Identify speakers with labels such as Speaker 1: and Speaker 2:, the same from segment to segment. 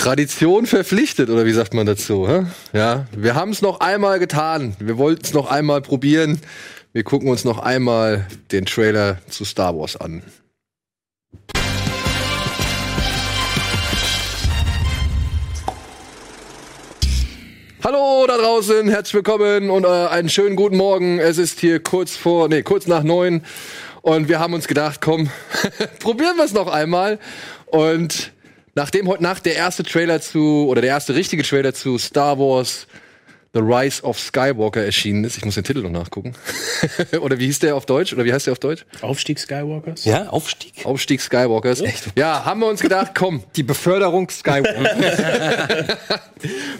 Speaker 1: Tradition verpflichtet, oder wie sagt man dazu? Hä? Ja, wir haben es noch einmal getan. Wir wollten es noch einmal probieren. Wir gucken uns noch einmal den Trailer zu Star Wars an. Hallo da draußen, herzlich willkommen und äh, einen schönen guten Morgen. Es ist hier kurz vor, nee, kurz nach neun und wir haben uns gedacht, komm, probieren wir es noch einmal. Und nachdem heute Nacht der erste Trailer zu, oder der erste richtige Trailer zu Star Wars The Rise of Skywalker erschienen ist, ich muss den Titel noch nachgucken, oder wie hieß der auf Deutsch, oder wie heißt der auf Deutsch?
Speaker 2: Aufstieg Skywalkers?
Speaker 3: Ja, Aufstieg?
Speaker 1: Aufstieg Skywalkers. Ja, haben wir uns gedacht, komm,
Speaker 4: Die Beförderung Skywalker.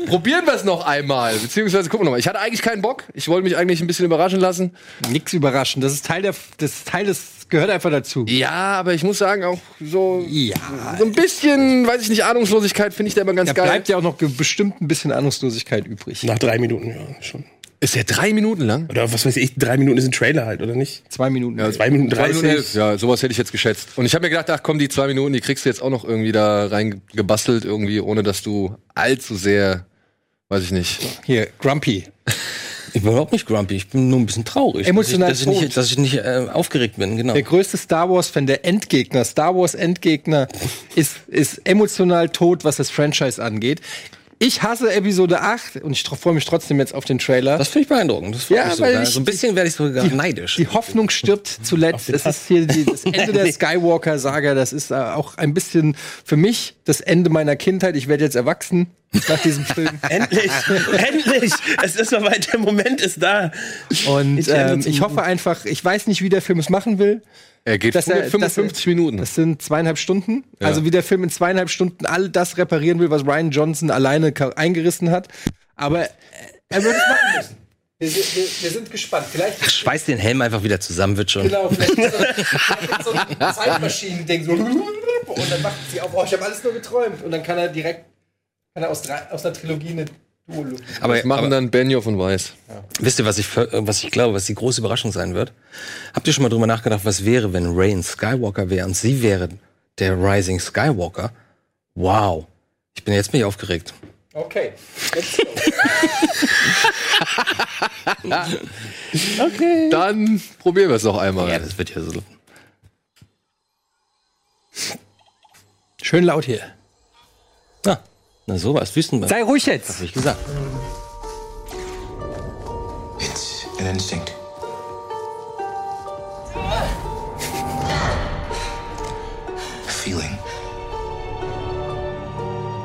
Speaker 1: probieren wir es noch einmal. Beziehungsweise gucken wir noch mal. Ich hatte eigentlich keinen Bock. Ich wollte mich eigentlich ein bisschen überraschen lassen.
Speaker 4: Nix überraschend. Das ist Teil der, das ist Teil des, gehört einfach dazu.
Speaker 1: Ja, aber ich muss sagen, auch so,
Speaker 4: Ja.
Speaker 1: so ein bisschen, weiß ich nicht, Ahnungslosigkeit finde ich da immer ganz
Speaker 4: Da
Speaker 1: geil.
Speaker 4: bleibt ja auch noch ge- bestimmt ein bisschen Ahnungslosigkeit übrig.
Speaker 2: Nach drei Minuten, ja, schon.
Speaker 1: ist ja drei Minuten lang.
Speaker 2: Oder was weiß ich, drei Minuten ist ein Trailer halt, oder nicht?
Speaker 4: Zwei Minuten.
Speaker 2: Zwei Minuten
Speaker 1: Drei Minuten elf.
Speaker 2: dreißig.
Speaker 1: Ja, sowas hätte ich jetzt geschätzt. Und ich habe mir gedacht, ach komm, die zwei Minuten, die kriegst du jetzt auch noch irgendwie da reingebastelt, irgendwie, ohne dass du allzu sehr, weiß ich nicht.
Speaker 4: Hier, Grumpy.
Speaker 3: Ich bin überhaupt nicht grumpy, ich bin nur ein bisschen traurig.
Speaker 4: Emotional
Speaker 3: dass ich, dass ich
Speaker 4: tot.
Speaker 3: nicht, dass ich nicht äh, aufgeregt bin, genau.
Speaker 4: Der größte Star Wars-Fan, der Endgegner, Star Wars-Endgegner, ist, ist emotional tot, was das Franchise angeht. Ich hasse Episode 8 und ich freue mich trotzdem jetzt auf den Trailer.
Speaker 3: Das finde ich beeindruckend. Das freut
Speaker 4: Ja,
Speaker 3: mich
Speaker 4: weil
Speaker 3: sogar.
Speaker 4: ich-
Speaker 3: so ein bisschen werde ich sogar neidisch.
Speaker 4: Die Hoffnung stirbt zuletzt. Es ist hier die, das Ende der Skywalker-Saga. Das ist äh, auch ein bisschen für mich das Ende meiner Kindheit. Ich werde jetzt erwachsen nach diesem Film.
Speaker 2: Endlich! Endlich! Es ist soweit, der Moment ist da.
Speaker 4: Und
Speaker 2: Ich ändere
Speaker 4: ähm,
Speaker 2: zum
Speaker 4: ich hoffe einfach, ich weiß nicht, wie der Film es machen will.
Speaker 1: Er geht
Speaker 4: Dass er-
Speaker 1: 55
Speaker 4: dass er-
Speaker 1: Minuten.
Speaker 4: Das sind zweieinhalb Stunden. Also wie der Film in zweieinhalb Stunden all das reparieren will, was Ryan Johnson alleine ka- eingerissen hat. Aber äh, er wird es machen müssen. Wir, sind- wir, wir sind gespannt. Vielleicht ist
Speaker 3: Schweiß den Helm einfach wieder zusammen, wird schon.
Speaker 4: genau, vielleicht ist so- so ein Zeitmaschinen-Ding. So, und dann macht sie auf, oh, ich habe alles nur geträumt. Und dann kann er direkt kann er aus, drei- aus einer Trilogie eine Duo
Speaker 3: Aber,
Speaker 1: Das machen
Speaker 3: aber
Speaker 1: dann Benioff und Weiss.
Speaker 3: wisst ihr, was ich, ver- äh, was ich glaube, was die große Überraschung sein wird? Habt ihr schon mal drüber nachgedacht, was wäre, wenn Rey ein Skywalker wäre und sie wäre der Rising Skywalker? Wow. Ich bin jetzt mich aufgeregt.
Speaker 4: Okay.
Speaker 1: Dann probieren wir es noch einmal.
Speaker 3: Ja, das wird ja so.
Speaker 4: Schön laut hier.
Speaker 3: Ah, na sowas, wüssten wir.
Speaker 4: Sei ruhig jetzt.
Speaker 3: Hab ich gesagt.
Speaker 5: It's an instinct. A feeling.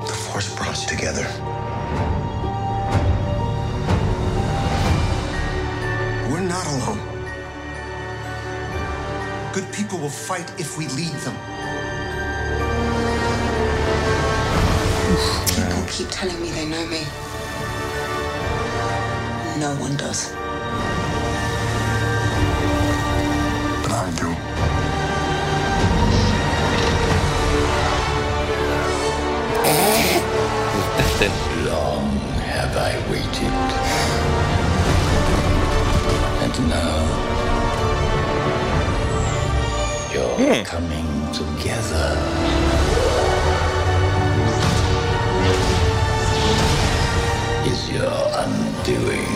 Speaker 5: The force brought us together. We're not alone. Good people will fight if we lead them.
Speaker 6: People keep telling me they know me. No one does.
Speaker 5: But I
Speaker 7: Hmm.
Speaker 5: do.
Speaker 7: Long have I waited. And now you're coming together. Is your undoing.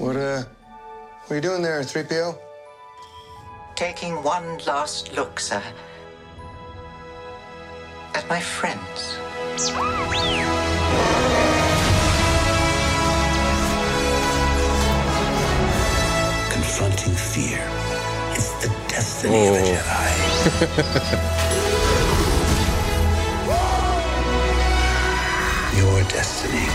Speaker 5: What, uh, what are you doing there, 3PO?
Speaker 6: Taking one last look, sir, at my friends.
Speaker 7: Confronting fear is the destiny of a Jedi. Your destiny.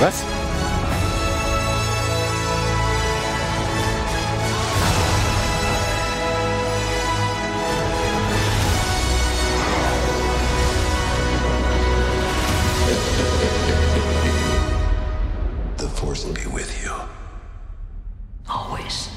Speaker 3: Was?
Speaker 7: The Force will be with you.
Speaker 6: Always.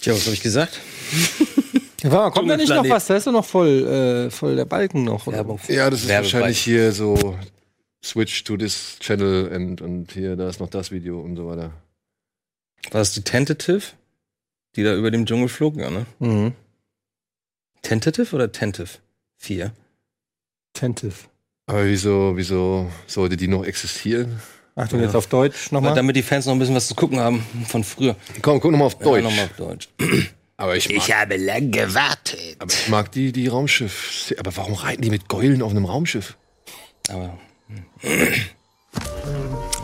Speaker 3: Tja, was habe ich gesagt?
Speaker 4: Warte mal, kommt da nicht noch
Speaker 3: Dschungelplanet.
Speaker 4: was? Da ist doch noch voll, äh, voll der Balken noch.
Speaker 3: Ähm,
Speaker 4: Oder?
Speaker 1: Ja, das ist
Speaker 3: Werbebereich.
Speaker 1: wahrscheinlich hier so Switch to this channel und, und hier, da ist noch das Video und so weiter.
Speaker 3: War das die Tentative, die da über dem Dschungel flog? Ja, ne?
Speaker 4: Mhm.
Speaker 3: Tentative oder Tentive? Vier.
Speaker 4: Tentive.
Speaker 1: Aber wieso, wieso sollte die noch existieren?
Speaker 4: Achtung, jetzt auf Deutsch
Speaker 3: Weil
Speaker 4: nochmal.
Speaker 3: damit die Fans noch ein bisschen was zu gucken haben von früher.
Speaker 1: Komm, guck nochmal auf
Speaker 3: Ja,
Speaker 1: Deutsch.
Speaker 3: nochmal auf Deutsch.
Speaker 1: aber ich mag,
Speaker 7: habe lange gewartet.
Speaker 1: aber ich mag die, die Raumschiff. Aber warum reiten die mit Geulen auf einem Raumschiff?
Speaker 3: Aber, hm.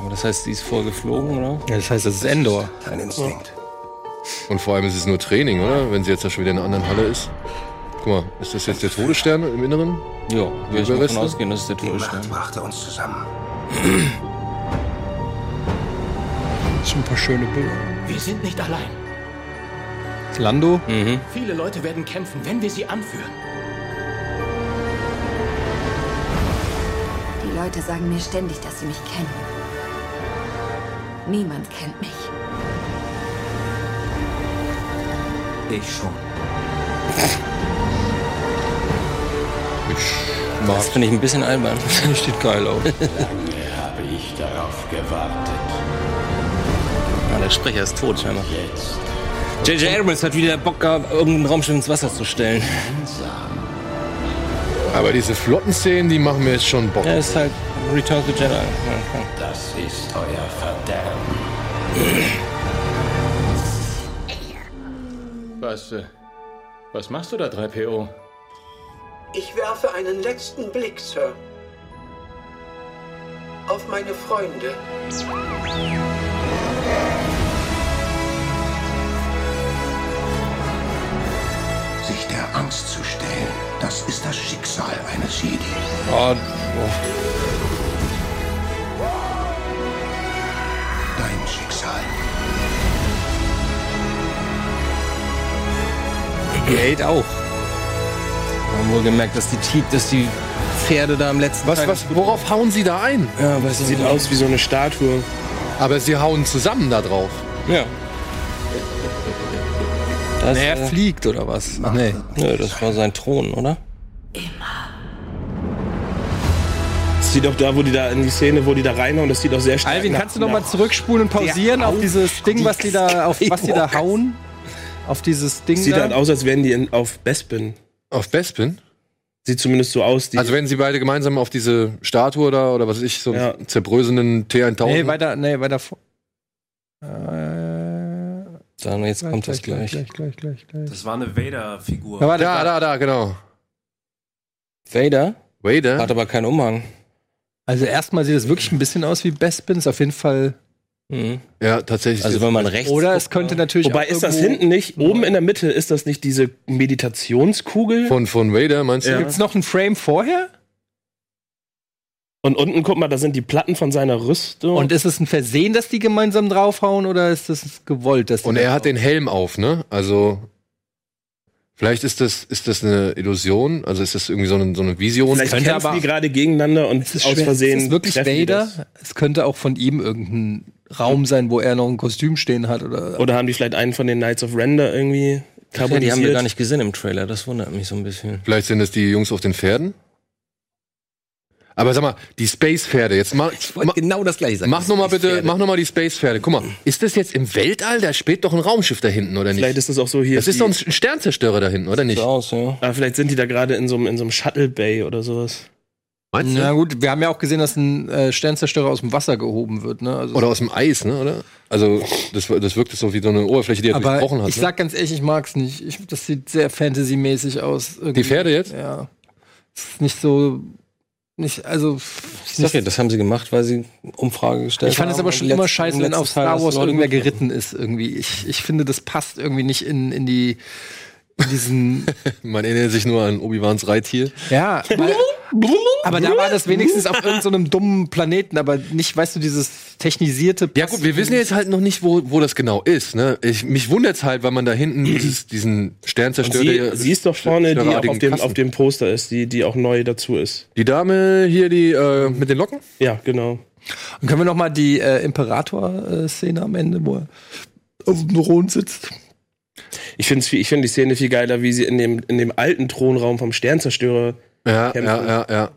Speaker 3: aber das heißt, die ist vorgeflogen, oder?
Speaker 4: Ja, das heißt, das ist Endor.
Speaker 7: Ein Instinkt.
Speaker 1: Und vor allem ist es nur Training, oder? Wenn sie jetzt da schon wieder in einer anderen Halle ist. Guck mal, ist das jetzt der Todesstern im Inneren?
Speaker 3: Ja, würde ich mal
Speaker 1: Überreste?
Speaker 3: davon ausgehen, das ist der
Speaker 7: Die Macht
Speaker 3: Todesstern.
Speaker 7: brachte uns zusammen.
Speaker 4: Schon ein paar schöne Bilder.
Speaker 8: Wir sind nicht allein.
Speaker 4: Lando?
Speaker 8: Viele Leute werden kämpfen, wenn wir sie anführen.
Speaker 9: Die Leute sagen mir ständig, dass sie mich kennen. Niemand kennt mich.
Speaker 7: Ich schon.
Speaker 3: Das finde ich ein bisschen albern. Steht geil auf.
Speaker 8: Habe ich darauf gewartet.
Speaker 3: Ja, der Sprecher ist tot, scheinbar. J.J. Abrams hat wieder Bock gehabt, irgendein Raumschiff ins Wasser zu stellen.
Speaker 1: Aber diese Flottenszenen, die machen mir jetzt schon Bock.
Speaker 3: Ja, ist halt Return to Jedi. Ja, klar.
Speaker 8: Das ist euer Verderben. Was, äh, was machst du da, 3PO?
Speaker 10: Ich werfe einen letzten Blick, Sir. Auf meine Freunde.
Speaker 7: Sich der Angst zu stellen, das ist das Schicksal eines Jedi.
Speaker 3: Oh,
Speaker 7: Dein Schicksal.
Speaker 3: Blade auch. Wir haben wohl gemerkt, dass die, Ti- dass die Pferde da am letzten
Speaker 1: Was,
Speaker 3: Tag...
Speaker 1: was, worauf hauen sie da ein?
Speaker 3: Ja, was sieht
Speaker 2: Aus wie so eine Statue.
Speaker 1: Aber sie hauen zusammen da drauf.
Speaker 3: Ja. Das,
Speaker 4: Er
Speaker 3: äh,
Speaker 4: fliegt oder was? Ach nee.
Speaker 3: ja, das war sein Thron, oder?
Speaker 2: Das sieht auch da, wo die da in die Szene, wo die da reinhauen, das sieht auch sehr stark
Speaker 4: Alvin,
Speaker 2: nach-
Speaker 4: kannst du nochmal zausspulen und pausieren auf dieses Ding, was die da, auf was die da hauen? Auf dieses Ding
Speaker 2: Sieht
Speaker 4: da?
Speaker 2: halt aus, als wären die in, auf Bespin.
Speaker 1: Auf Bespin?
Speaker 2: Sieht zumindest so aus. Die
Speaker 1: Also wenn sie beide gemeinsam auf diese Statue da oder was weiß ich, so einen
Speaker 2: Ja.
Speaker 1: zerbröselnden T1000.
Speaker 4: Nee, weiter, nee, weiter vor. Äh,
Speaker 3: Dann, jetzt kommt das gleich.
Speaker 4: Gleich, gleich, gleich, gleich.
Speaker 8: Das war eine
Speaker 4: Da
Speaker 8: Vader-Figur.
Speaker 4: war
Speaker 1: da,
Speaker 4: der,
Speaker 1: da, da, genau.
Speaker 3: Vader
Speaker 1: Vader?
Speaker 3: hat aber keinen Umhang.
Speaker 4: also erstmal sieht es wirklich ein bisschen aus wie Bespin, ist auf jeden Fall.
Speaker 3: Mhm.
Speaker 1: Ja, tatsächlich.
Speaker 3: Also wenn man rechts...
Speaker 4: Oder
Speaker 3: guckt,
Speaker 4: es könnte
Speaker 3: ne?
Speaker 4: natürlich
Speaker 2: Wobei
Speaker 4: auch
Speaker 2: ist das
Speaker 4: irgendwo-
Speaker 2: hinten nicht, oben in der Mitte ist das nicht diese Meditationskugel?
Speaker 1: von, von Vader, meinst du?
Speaker 2: Ja.
Speaker 4: Gibt's noch einen Frame vorher?
Speaker 2: Und unten, guck mal, da sind die Platten von seiner Rüstung.
Speaker 1: Oh.
Speaker 4: Und ist es ein Versehen, dass die gemeinsam draufhauen oder ist das gewollt? Dass die
Speaker 1: Und er
Speaker 4: das-
Speaker 1: hat den Helm auf, ne? Also vielleicht ist das, ist das eine Illusion, also ist das irgendwie so eine, so eine Vision.
Speaker 2: Vielleicht
Speaker 4: könnte
Speaker 2: kämpfen
Speaker 4: aber-
Speaker 2: die gerade gegeneinander und
Speaker 4: Es ist
Speaker 2: aus
Speaker 4: schwer.
Speaker 2: Versehen.
Speaker 4: Ist es wirklich
Speaker 2: treffen die
Speaker 4: Vader?
Speaker 2: das.
Speaker 4: Es könnte auch von ihm irgendein Raum sein, wo er noch ein Kostüm stehen hat oder.
Speaker 2: Oder haben die vielleicht einen von den Knights of Render irgendwie
Speaker 3: Ja,
Speaker 2: karbonisiert?
Speaker 3: die haben wir gar nicht gesehen im Trailer, das wundert mich so ein bisschen.
Speaker 1: Vielleicht sind es die Jungs auf den Pferden. Aber sag mal, die Space-Pferde, jetzt mach, ma,
Speaker 3: genau das gleiche
Speaker 1: mach nochmal bitte, mach noch mal die Space-Pferde. Guck mal, ist das jetzt im Weltall? Da spielt doch ein Raumschiff da hinten, oder nicht?
Speaker 2: Vielleicht ist das auch so hier.
Speaker 1: das ist
Speaker 2: die,
Speaker 1: doch ein Sternzerstörer da hinten, oder nicht?
Speaker 3: So aus, ja.
Speaker 2: ah, vielleicht sind die da gerade in so, einem- in so einem Shuttle Bay oder sowas.
Speaker 1: Meinst du?
Speaker 4: Na gut, wir haben ja auch gesehen, dass ein äh, Sternzerstörer aus dem Wasser gehoben wird. Ne? Also,
Speaker 1: Oder aus dem Eis, ne? Oder? Also das, das wirkt so wie so eine Oberfläche, die er
Speaker 4: aber
Speaker 1: durchbrochen hat.
Speaker 4: ich
Speaker 1: ne?
Speaker 4: sag ganz ehrlich, ich mag's nicht. Ich, das sieht sehr fantasymäßig aus. irgendwie.
Speaker 1: Die Pferde jetzt?
Speaker 4: Ja. Ist nicht so. Nicht, also. Ist
Speaker 3: Das, das haben sie gemacht, weil sie Umfrage gestellt
Speaker 4: Ich fand es
Speaker 3: haben
Speaker 4: aber
Speaker 3: und
Speaker 4: schon
Speaker 3: letzt-
Speaker 4: immer scheiße,
Speaker 3: im
Speaker 4: wenn
Speaker 3: letzten
Speaker 4: auf
Speaker 3: Teil,
Speaker 4: Star
Speaker 3: dass
Speaker 4: Wars
Speaker 3: Leute
Speaker 4: irgendwer
Speaker 3: mitmachen.
Speaker 4: geritten ist irgendwie. Ich, ich finde, das passt irgendwie nicht in, in die in diesen.
Speaker 1: Man erinnert sich nur an Obi-Wans Reittier.
Speaker 4: ja. Weil, aber da war das wenigstens auf irgendeinem so einem dummen Planeten, aber nicht, weißt du, dieses technisierte.
Speaker 1: Ja gut, wir wissen jetzt halt noch nicht, wo, wo das genau ist. Ne? Ich, mich wundert's halt, weil man da hinten dieses, diesen
Speaker 2: Und
Speaker 1: Sternzerstörer...
Speaker 2: sie, sie ist doch vorne, die auch auf
Speaker 1: störerartigen
Speaker 2: dem,
Speaker 1: Kasten.
Speaker 2: auf dem Poster ist, die, die auch neu dazu ist.
Speaker 1: Die Dame hier, die äh, mit den Locken?
Speaker 2: Ja, genau.
Speaker 4: Und können wir noch mal die äh, Imperator-Szene am Ende, wo er auf dem Thron sitzt?
Speaker 2: Ich finde ich find die Szene viel geiler, wie sie in dem, in dem alten Thronraum vom Sternzerstörer
Speaker 1: Ja,
Speaker 2: kämpfen.
Speaker 1: ja, ja, ja.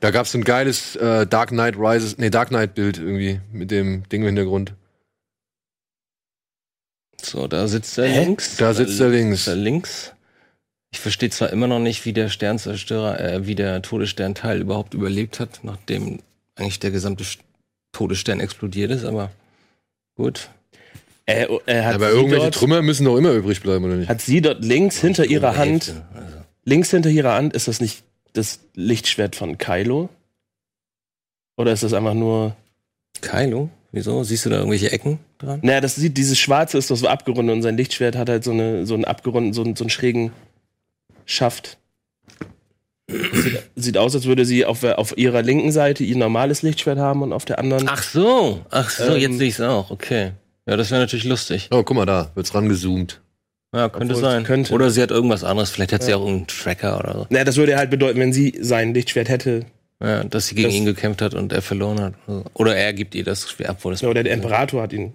Speaker 1: Da gab's so ein geiles äh, Dark Knight Rises, nee, Dark Knight Bild irgendwie mit dem Ding im Hintergrund.
Speaker 3: So, da sitzt er
Speaker 2: Hä?
Speaker 3: links.
Speaker 1: Da sitzt er links.
Speaker 3: Da links. Ich verstehe zwar immer noch nicht, wie der Sternzerstörer, äh, wie der Todessternteil überhaupt überlebt hat, nachdem eigentlich der gesamte Sch- Todesstern explodiert ist, aber gut.
Speaker 2: Äh, äh, hat
Speaker 1: Aber
Speaker 2: sie
Speaker 1: irgendwelche
Speaker 2: dort-
Speaker 1: Trümmer müssen doch immer übrig bleiben, oder nicht?
Speaker 2: hat sie dort links hinter ihrer
Speaker 3: Die
Speaker 2: Hand,
Speaker 3: Hälfte, Also.
Speaker 2: links hinter ihrer Hand, ist das nicht das Lichtschwert von Kylo? Oder ist das einfach nur.
Speaker 3: Kylo? Wieso? Siehst du da irgendwelche Ecken dran?
Speaker 2: Naja, das sieht, dieses Schwarze ist doch so abgerundet und sein Lichtschwert hat halt so, eine, so einen abgerundeten, so einen, so einen schrägen Schaft. Sieht, sieht aus, als würde sie auf, auf ihrer linken Seite ihr normales Lichtschwert haben und auf der anderen.
Speaker 3: Ach so, ach so,
Speaker 2: Ähm.
Speaker 3: jetzt sehe ich es auch, okay. Ja, das wäre natürlich lustig.
Speaker 1: Oh, guck mal, da wird's rangezoomt.
Speaker 3: Ja, könnte
Speaker 2: Obwohl,
Speaker 3: sein.
Speaker 2: könnte.
Speaker 3: Oder sie hat irgendwas anderes, vielleicht hat sie auch irgendeinen Tracker oder so.
Speaker 2: Naja, das würde halt bedeuten, wenn sie sein Lichtschwert hätte.
Speaker 3: Ja, dass sie gegen
Speaker 2: Das-
Speaker 3: ihn gekämpft hat und er verloren hat. oder so. Oder er gibt ihr das Schwert, obwohl das.
Speaker 2: Ja, Oder der Imperator hat ihn.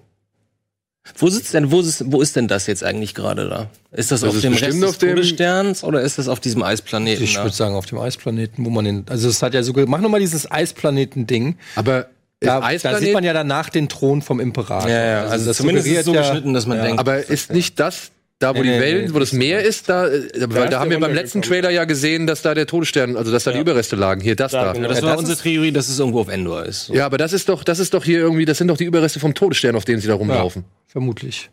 Speaker 3: Wo sitzt denn, wo ist, wo ist denn das jetzt eigentlich gerade da? Ist das,
Speaker 1: Das
Speaker 3: auf
Speaker 1: ist
Speaker 3: dem
Speaker 1: bestimmt
Speaker 3: Rest des
Speaker 1: auf dem-
Speaker 3: Todessterns oder ist das auf diesem Eisplaneten?
Speaker 4: Ich
Speaker 3: da?
Speaker 4: würde sagen, auf dem Eisplaneten, wo man den. Also es hat ja sogar. Mach nochmal dieses Eisplaneten-Ding.
Speaker 1: Aber
Speaker 4: Da,
Speaker 1: ist
Speaker 4: da
Speaker 1: Eisplanet-
Speaker 4: sieht man ja danach den Thron vom Imperator.
Speaker 3: ja, ja, also, zumindest ist es so
Speaker 4: suggeriert ja-
Speaker 3: geschnitten, dass man denkt.
Speaker 1: aber ist nicht das, da wo
Speaker 3: Nee,
Speaker 1: die
Speaker 3: nee,
Speaker 1: Wellen,
Speaker 3: nee,
Speaker 1: wo das Meer ist, da, äh, weil
Speaker 2: ist
Speaker 1: da haben
Speaker 2: der
Speaker 1: wir beim letzten
Speaker 2: runtergekommen.
Speaker 1: Trailer ja gesehen, dass da der Todesstern, also dass da die Überreste lagen. Hier, das
Speaker 2: Da,
Speaker 1: da.
Speaker 2: genau.
Speaker 3: das
Speaker 2: Ja,
Speaker 3: war
Speaker 2: das
Speaker 3: unsere Theorie, dass es irgendwo auf Endor ist. So.
Speaker 1: Ja, aber das ist doch, das ist doch hier irgendwie, das sind doch die Überreste vom Todesstern, auf denen sie da rumlaufen.
Speaker 4: Vermutlich.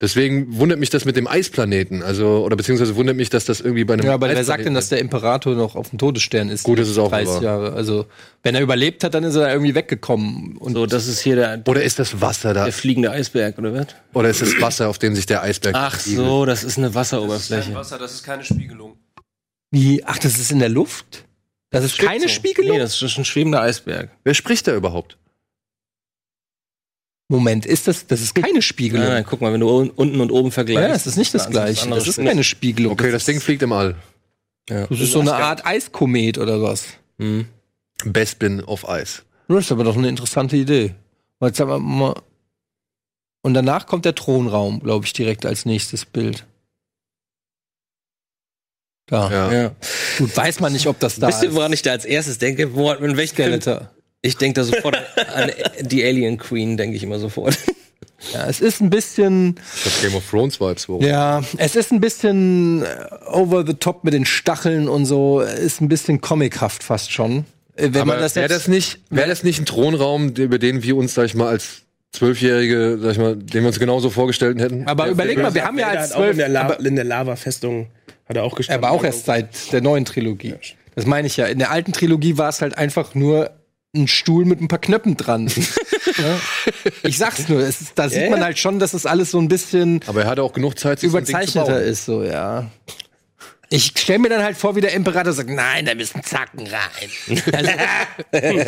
Speaker 1: Deswegen wundert mich das mit dem Eisplaneten, also oder beziehungsweise wundert mich, dass das irgendwie bei einem
Speaker 4: Ja, aber wer
Speaker 1: Eisplaneten
Speaker 4: sagt denn, dass
Speaker 1: ist.
Speaker 4: der Imperator noch auf dem Todesstern ist?
Speaker 1: Gut, das ist auch
Speaker 4: 30
Speaker 1: wahr.
Speaker 4: Jahre. Also, wenn er überlebt hat, dann ist er da irgendwie weggekommen. Und
Speaker 3: So, das ist hier der,
Speaker 1: oder ist das Wasser da?
Speaker 3: der fliegende Eisberg, oder was?
Speaker 1: Oder ist das Wasser, auf dem sich der Eisberg
Speaker 3: Ach
Speaker 1: vertieft?
Speaker 3: so, das ist
Speaker 11: Das
Speaker 3: eine
Speaker 11: ist kein
Speaker 3: Wasseroberfläche.
Speaker 11: Wasser, das ist keine Spiegelung.
Speaker 4: wie, ach, das ist in der Luft? Das ist keine Spiegelung?
Speaker 3: Nee, das ist ein schwebender Eisberg.
Speaker 1: Wer spricht da überhaupt?
Speaker 4: Moment, ist das, das ist keine Spiegelung?
Speaker 3: Nein, nein, guck mal, wenn du un- unten und oben vergleichst.
Speaker 4: ja, das ist nicht das
Speaker 3: Wahnsinn,
Speaker 4: Gleiche.
Speaker 3: andere
Speaker 4: Das ist
Speaker 3: Spiel.
Speaker 4: keine Spiegelung.
Speaker 1: Okay, das Ding fliegt im All.
Speaker 4: Das ist so eine Art Eiskomet oder was.
Speaker 3: Hm.
Speaker 1: Bespin auf Eis.
Speaker 4: Das ist aber doch eine interessante Idee. Mal jetzt aber mal- Und danach kommt der Thronraum, glaube ich, direkt als nächstes Bild. Da.
Speaker 1: Ja.
Speaker 3: Ja.
Speaker 4: Gut, weiß man nicht, ob das da
Speaker 3: Wisst ihr,
Speaker 4: ist.
Speaker 3: woran ich da als erstes denke? Wo, in welchem Film?
Speaker 4: Skeletor.
Speaker 3: Ich denke da sofort an die Alien Queen, denke ich immer sofort.
Speaker 4: Ja, es ist ein bisschen,
Speaker 1: Ich hab Game of Thrones Vibes. Wo.
Speaker 4: ja, es ist ein bisschen äh, over the top mit den Stacheln und so, ist ein bisschen comichaft fast schon. Äh, Wenn man das
Speaker 1: wäre
Speaker 4: jetzt, ne?
Speaker 1: das nicht, wäre das nicht ein Thronraum, der- über den wir uns, sag ich mal, als Zwölfjährige, sag ich mal, den wir uns genauso vorgestellt hätten?
Speaker 4: aber überleg mal, wir haben ja
Speaker 2: Vader
Speaker 4: als
Speaker 2: hat auch in
Speaker 4: zwölf,
Speaker 2: der, La
Speaker 4: aber,
Speaker 2: in der Lava-Festung hat er auch gestanden.
Speaker 4: aber auch erst seit der neuen Trilogie. Das meine ich ja. In der alten Trilogie war es halt einfach nur ein Stuhl mit ein paar Knöpfen dran. Ja. ich sag's nur, es ist, da sieht
Speaker 2: Ja,
Speaker 4: man
Speaker 2: ja.
Speaker 4: halt schon, dass es alles so ein bisschen
Speaker 1: Aber er hatte auch genug Zeit, sich so ein Ding zu
Speaker 4: überzeichneter
Speaker 1: bauen.
Speaker 4: ist, so, ja. Ich stelle mir dann halt vor, wie der Imperator sagt, nein, da müssen Zacken rein. Also,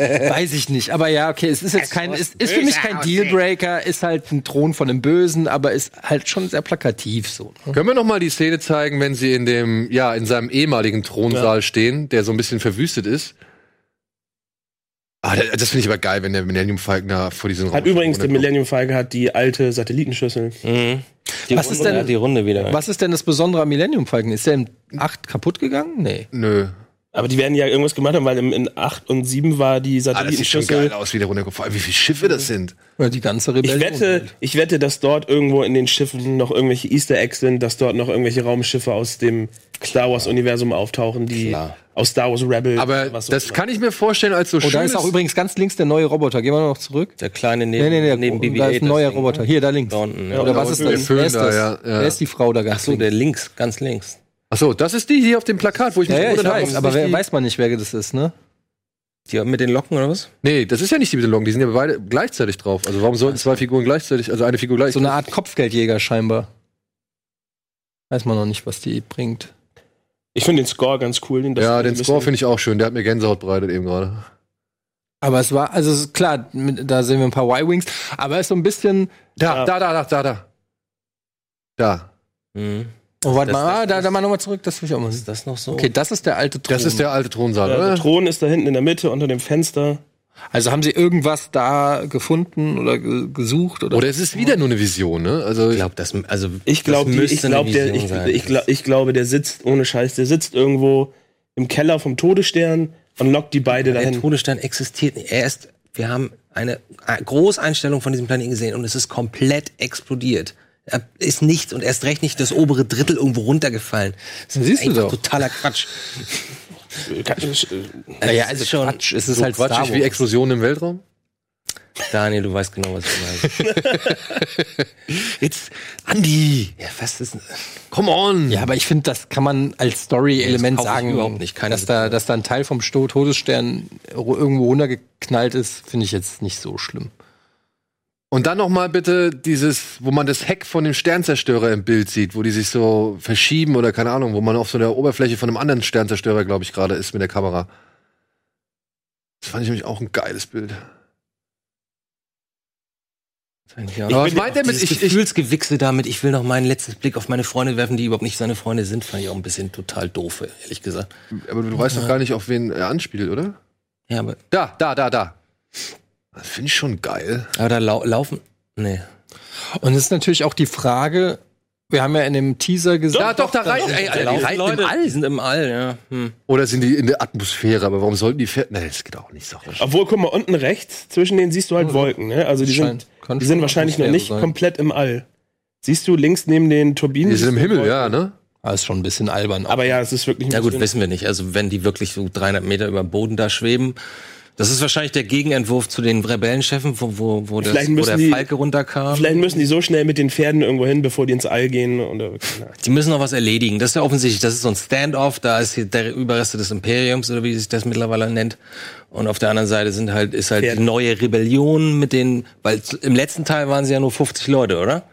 Speaker 4: weiß ich nicht. Aber ja, okay, es ist jetzt kein, es ist für mich kein Dealbreaker, ist halt ein Thron von dem Bösen, aber ist halt schon sehr plakativ so. ne?
Speaker 1: Können wir noch mal die Szene zeigen, wenn sie in dem, ja, in seinem ehemaligen Thronsaal stehen, der so ein bisschen verwüstet ist? Ah, das, das finde ich aber geil, wenn der Millennium Falcon da vor diesen
Speaker 2: Hat
Speaker 1: Raum-
Speaker 2: übrigens der Millennium Falcon hat die alte Satellitenschüssel.
Speaker 3: Die
Speaker 4: Was ist denn-
Speaker 3: ja, die Runde wieder?
Speaker 4: Was ist denn das Besondere am Millennium Falcon? Ist der im 8 kaputt gegangen? Nee.
Speaker 1: Nö. Ah,
Speaker 2: Aber die werden ja irgendwas gemacht haben, weil im, in 8 und 7 war die
Speaker 1: Ah, das sieht schon geil
Speaker 2: Satellitenschüssel.
Speaker 1: aus, wie der runterkommt. Vor allem, wie viele Schiffe das sind.
Speaker 4: Oder die ganze Rebellion. halt.
Speaker 2: ich wette, ich wette, dass dort irgendwo in den Schiffen noch irgendwelche Easter Eggs sind, dass dort noch irgendwelche Raumschiffe aus dem Star Wars Universum auftauchen, die aus Star Wars Rebel.
Speaker 1: Aber
Speaker 2: was auch
Speaker 1: das
Speaker 2: immer.
Speaker 1: kann ich mir vorstellen als so
Speaker 4: Oh,
Speaker 1: schön.
Speaker 4: da ist auch übrigens ganz links der neue Roboter. Gehen wir noch zurück?
Speaker 3: Der kleine neben,
Speaker 4: Nee, nee, nee,
Speaker 3: neben BB-8.
Speaker 4: da ist ein neuer
Speaker 3: das Ding.
Speaker 4: Roboter. Hier, da links.
Speaker 3: Da unten, ja.
Speaker 4: Oder was ist
Speaker 1: Der
Speaker 4: das?
Speaker 1: Föhn
Speaker 4: Wer ist
Speaker 1: da,
Speaker 4: das?
Speaker 1: ja, ja.
Speaker 4: Wer ist die Frau da ganz
Speaker 3: So,
Speaker 4: links?
Speaker 3: der links, ganz links.
Speaker 1: Achso, das ist die hier auf dem Plakat, wo ich mich
Speaker 4: Ja, ja, ich
Speaker 1: gewundert habe,
Speaker 4: weiß,
Speaker 1: ob
Speaker 4: aber
Speaker 1: es
Speaker 4: wer,
Speaker 1: nicht
Speaker 4: weiß man nicht, wer das ist, ne?
Speaker 3: Die mit den Locken oder was?
Speaker 1: die, Nee, das ist ja nicht die mit den Long, die sind ja beide gleichzeitig drauf. Also warum sollten zwei Figuren gleichzeitig, also eine Figur gleich?
Speaker 4: So eine Art Kopfgeldjäger scheinbar. Weiß man noch nicht, was die bringt.
Speaker 2: ich finde den Score ganz cool. Den
Speaker 1: ja, den Score finde ich auch schön, der hat mir Gänsehaut bereitet eben gerade.
Speaker 4: Aber es war, also es ist klar, mit, da sehen wir ein paar Y-Wings, aber es ist so ein bisschen.
Speaker 1: Da,
Speaker 2: Ja.
Speaker 1: da, da, da, da, da. Da.
Speaker 3: Mhm.
Speaker 4: Oh,
Speaker 3: Das-
Speaker 4: warte mal,
Speaker 3: das
Speaker 4: ah, da,
Speaker 3: ist-
Speaker 4: da mal nochmal zurück, das will ich auch mal
Speaker 3: Ist
Speaker 4: sehen.
Speaker 3: das noch so?
Speaker 4: Okay, das ist der alte Thron.
Speaker 1: Das ist der alte Thronsaal,
Speaker 2: Ja, der
Speaker 1: oder?
Speaker 2: Thron ist da hinten in der Mitte unter dem Fenster.
Speaker 4: Also haben sie irgendwas da gefunden oder ge- gesucht? Oder,
Speaker 1: Oder es ist wieder nur eine Vision, ne? Also
Speaker 3: Ich glaube, das, also,
Speaker 2: Ich glaube,
Speaker 3: das müsste
Speaker 2: ich, glaub,
Speaker 3: eine
Speaker 2: der-
Speaker 3: Vision
Speaker 2: ich,
Speaker 3: sein.
Speaker 2: ich, glaub, ich glaube, der sitzt, ohne Scheiß, der sitzt irgendwo im Keller vom Todesstern und lockt die beide
Speaker 3: Der
Speaker 2: dahin.
Speaker 3: Todesstern existiert nicht. Er ist, wir haben eine äh, Großeinstellung von diesem Planeten gesehen und es ist komplett explodiert. Er ist nichts und erst recht nicht das obere Drittel irgendwo runtergefallen. Das ist
Speaker 4: Siehst du
Speaker 3: einfach
Speaker 4: doch.
Speaker 3: totaler Quatsch.
Speaker 4: naja,
Speaker 3: Äh, ist schon
Speaker 4: es ist
Speaker 1: so
Speaker 4: halt Star
Speaker 1: quatschig wie
Speaker 4: Wars.
Speaker 1: Explosionen im Weltraum.
Speaker 3: Daniel, du weißt genau, was ich meine.
Speaker 1: Jetzt, Andi,
Speaker 3: ja, was ist denn?
Speaker 1: come on.
Speaker 4: Ja, aber ich finde, das kann man als Story-Element
Speaker 3: das kaufe ich
Speaker 4: sagen.
Speaker 3: überhaupt nicht. Keine
Speaker 4: dass, da, dass da ein Teil vom Sto Todesstern ru- irgendwo runtergeknallt ist, finde ich jetzt nicht so schlimm.
Speaker 1: Und dann noch mal bitte dieses, wo man das Heck von dem Sternzerstörer im Bild sieht, wo die sich so verschieben oder keine Ahnung, wo man auf so der Oberfläche von einem anderen Sternzerstörer, glaube ich, gerade ist mit der Kamera. Das fand ich nämlich auch ein geiles Bild. Aber was meint er mit
Speaker 3: ich,
Speaker 1: ich, ich,
Speaker 3: Gefühlsgewichse damit, ich will noch meinen letzten Blick auf meine Freunde werfen, die überhaupt nicht seine Freunde sind, fand ich auch ein bisschen total doof, ehrlich gesagt.
Speaker 1: Aber du weißt doch gar nicht, auf wen er anspielt, oder?
Speaker 3: Ja, aber,
Speaker 1: Da, da, da, da. Das finde ich schon geil.
Speaker 3: aber da lau laufen. Nee.
Speaker 4: Und es ist natürlich auch die Frage, wir haben ja in dem Teaser gesagt,
Speaker 1: Ja, doch, da rein. Ey,
Speaker 3: Da
Speaker 1: Alter, die reiten im All.
Speaker 3: die sind im All, ja. Hm.
Speaker 1: Oder sind die in der Atmosphäre? Aber warum sollten die fährt? Nee, das geht auch nicht so.
Speaker 2: Obwohl, guck mal, unten rechts, zwischen denen siehst du halt Wolken, ne? Also die
Speaker 4: Scheint-
Speaker 2: sind,
Speaker 4: kann
Speaker 2: die sind
Speaker 4: schon
Speaker 2: wahrscheinlich noch
Speaker 4: Atmosphäre
Speaker 2: nicht
Speaker 4: sein.
Speaker 2: komplett im All. Siehst du links neben den Turbinen?
Speaker 1: Die sind im Himmel, ja, ne?
Speaker 4: ah, ist schon ein bisschen albern.
Speaker 2: Aber ja, es ist wirklich ein
Speaker 3: Ja gut,
Speaker 2: bisschen-
Speaker 3: wissen wir nicht. Also wenn die wirklich so 300 Meter über dem Boden da schweben, das ist wahrscheinlich der Gegenentwurf zu den Rebellenchefen, wo, wo, wo, das,
Speaker 2: Vielleicht
Speaker 3: wo
Speaker 2: müssen
Speaker 3: der
Speaker 2: die-
Speaker 3: Falke runterkam.
Speaker 2: Vielleicht müssen die so schnell mit den Pferden irgendwo hin, bevor die ins All gehen. Und, äh, keine Ahnung.
Speaker 3: Die müssen noch was erledigen. Das ist ja offensichtlich, das ist so ein Standoff, da ist hier der Überreste des Imperiums oder wie sich das mittlerweile nennt. Und auf der anderen Seite sind halt, ist halt
Speaker 2: Pferde.
Speaker 3: die neue Rebellion mit den, weil z- im letzten Teil waren sie ja nur 50 Leute, oder?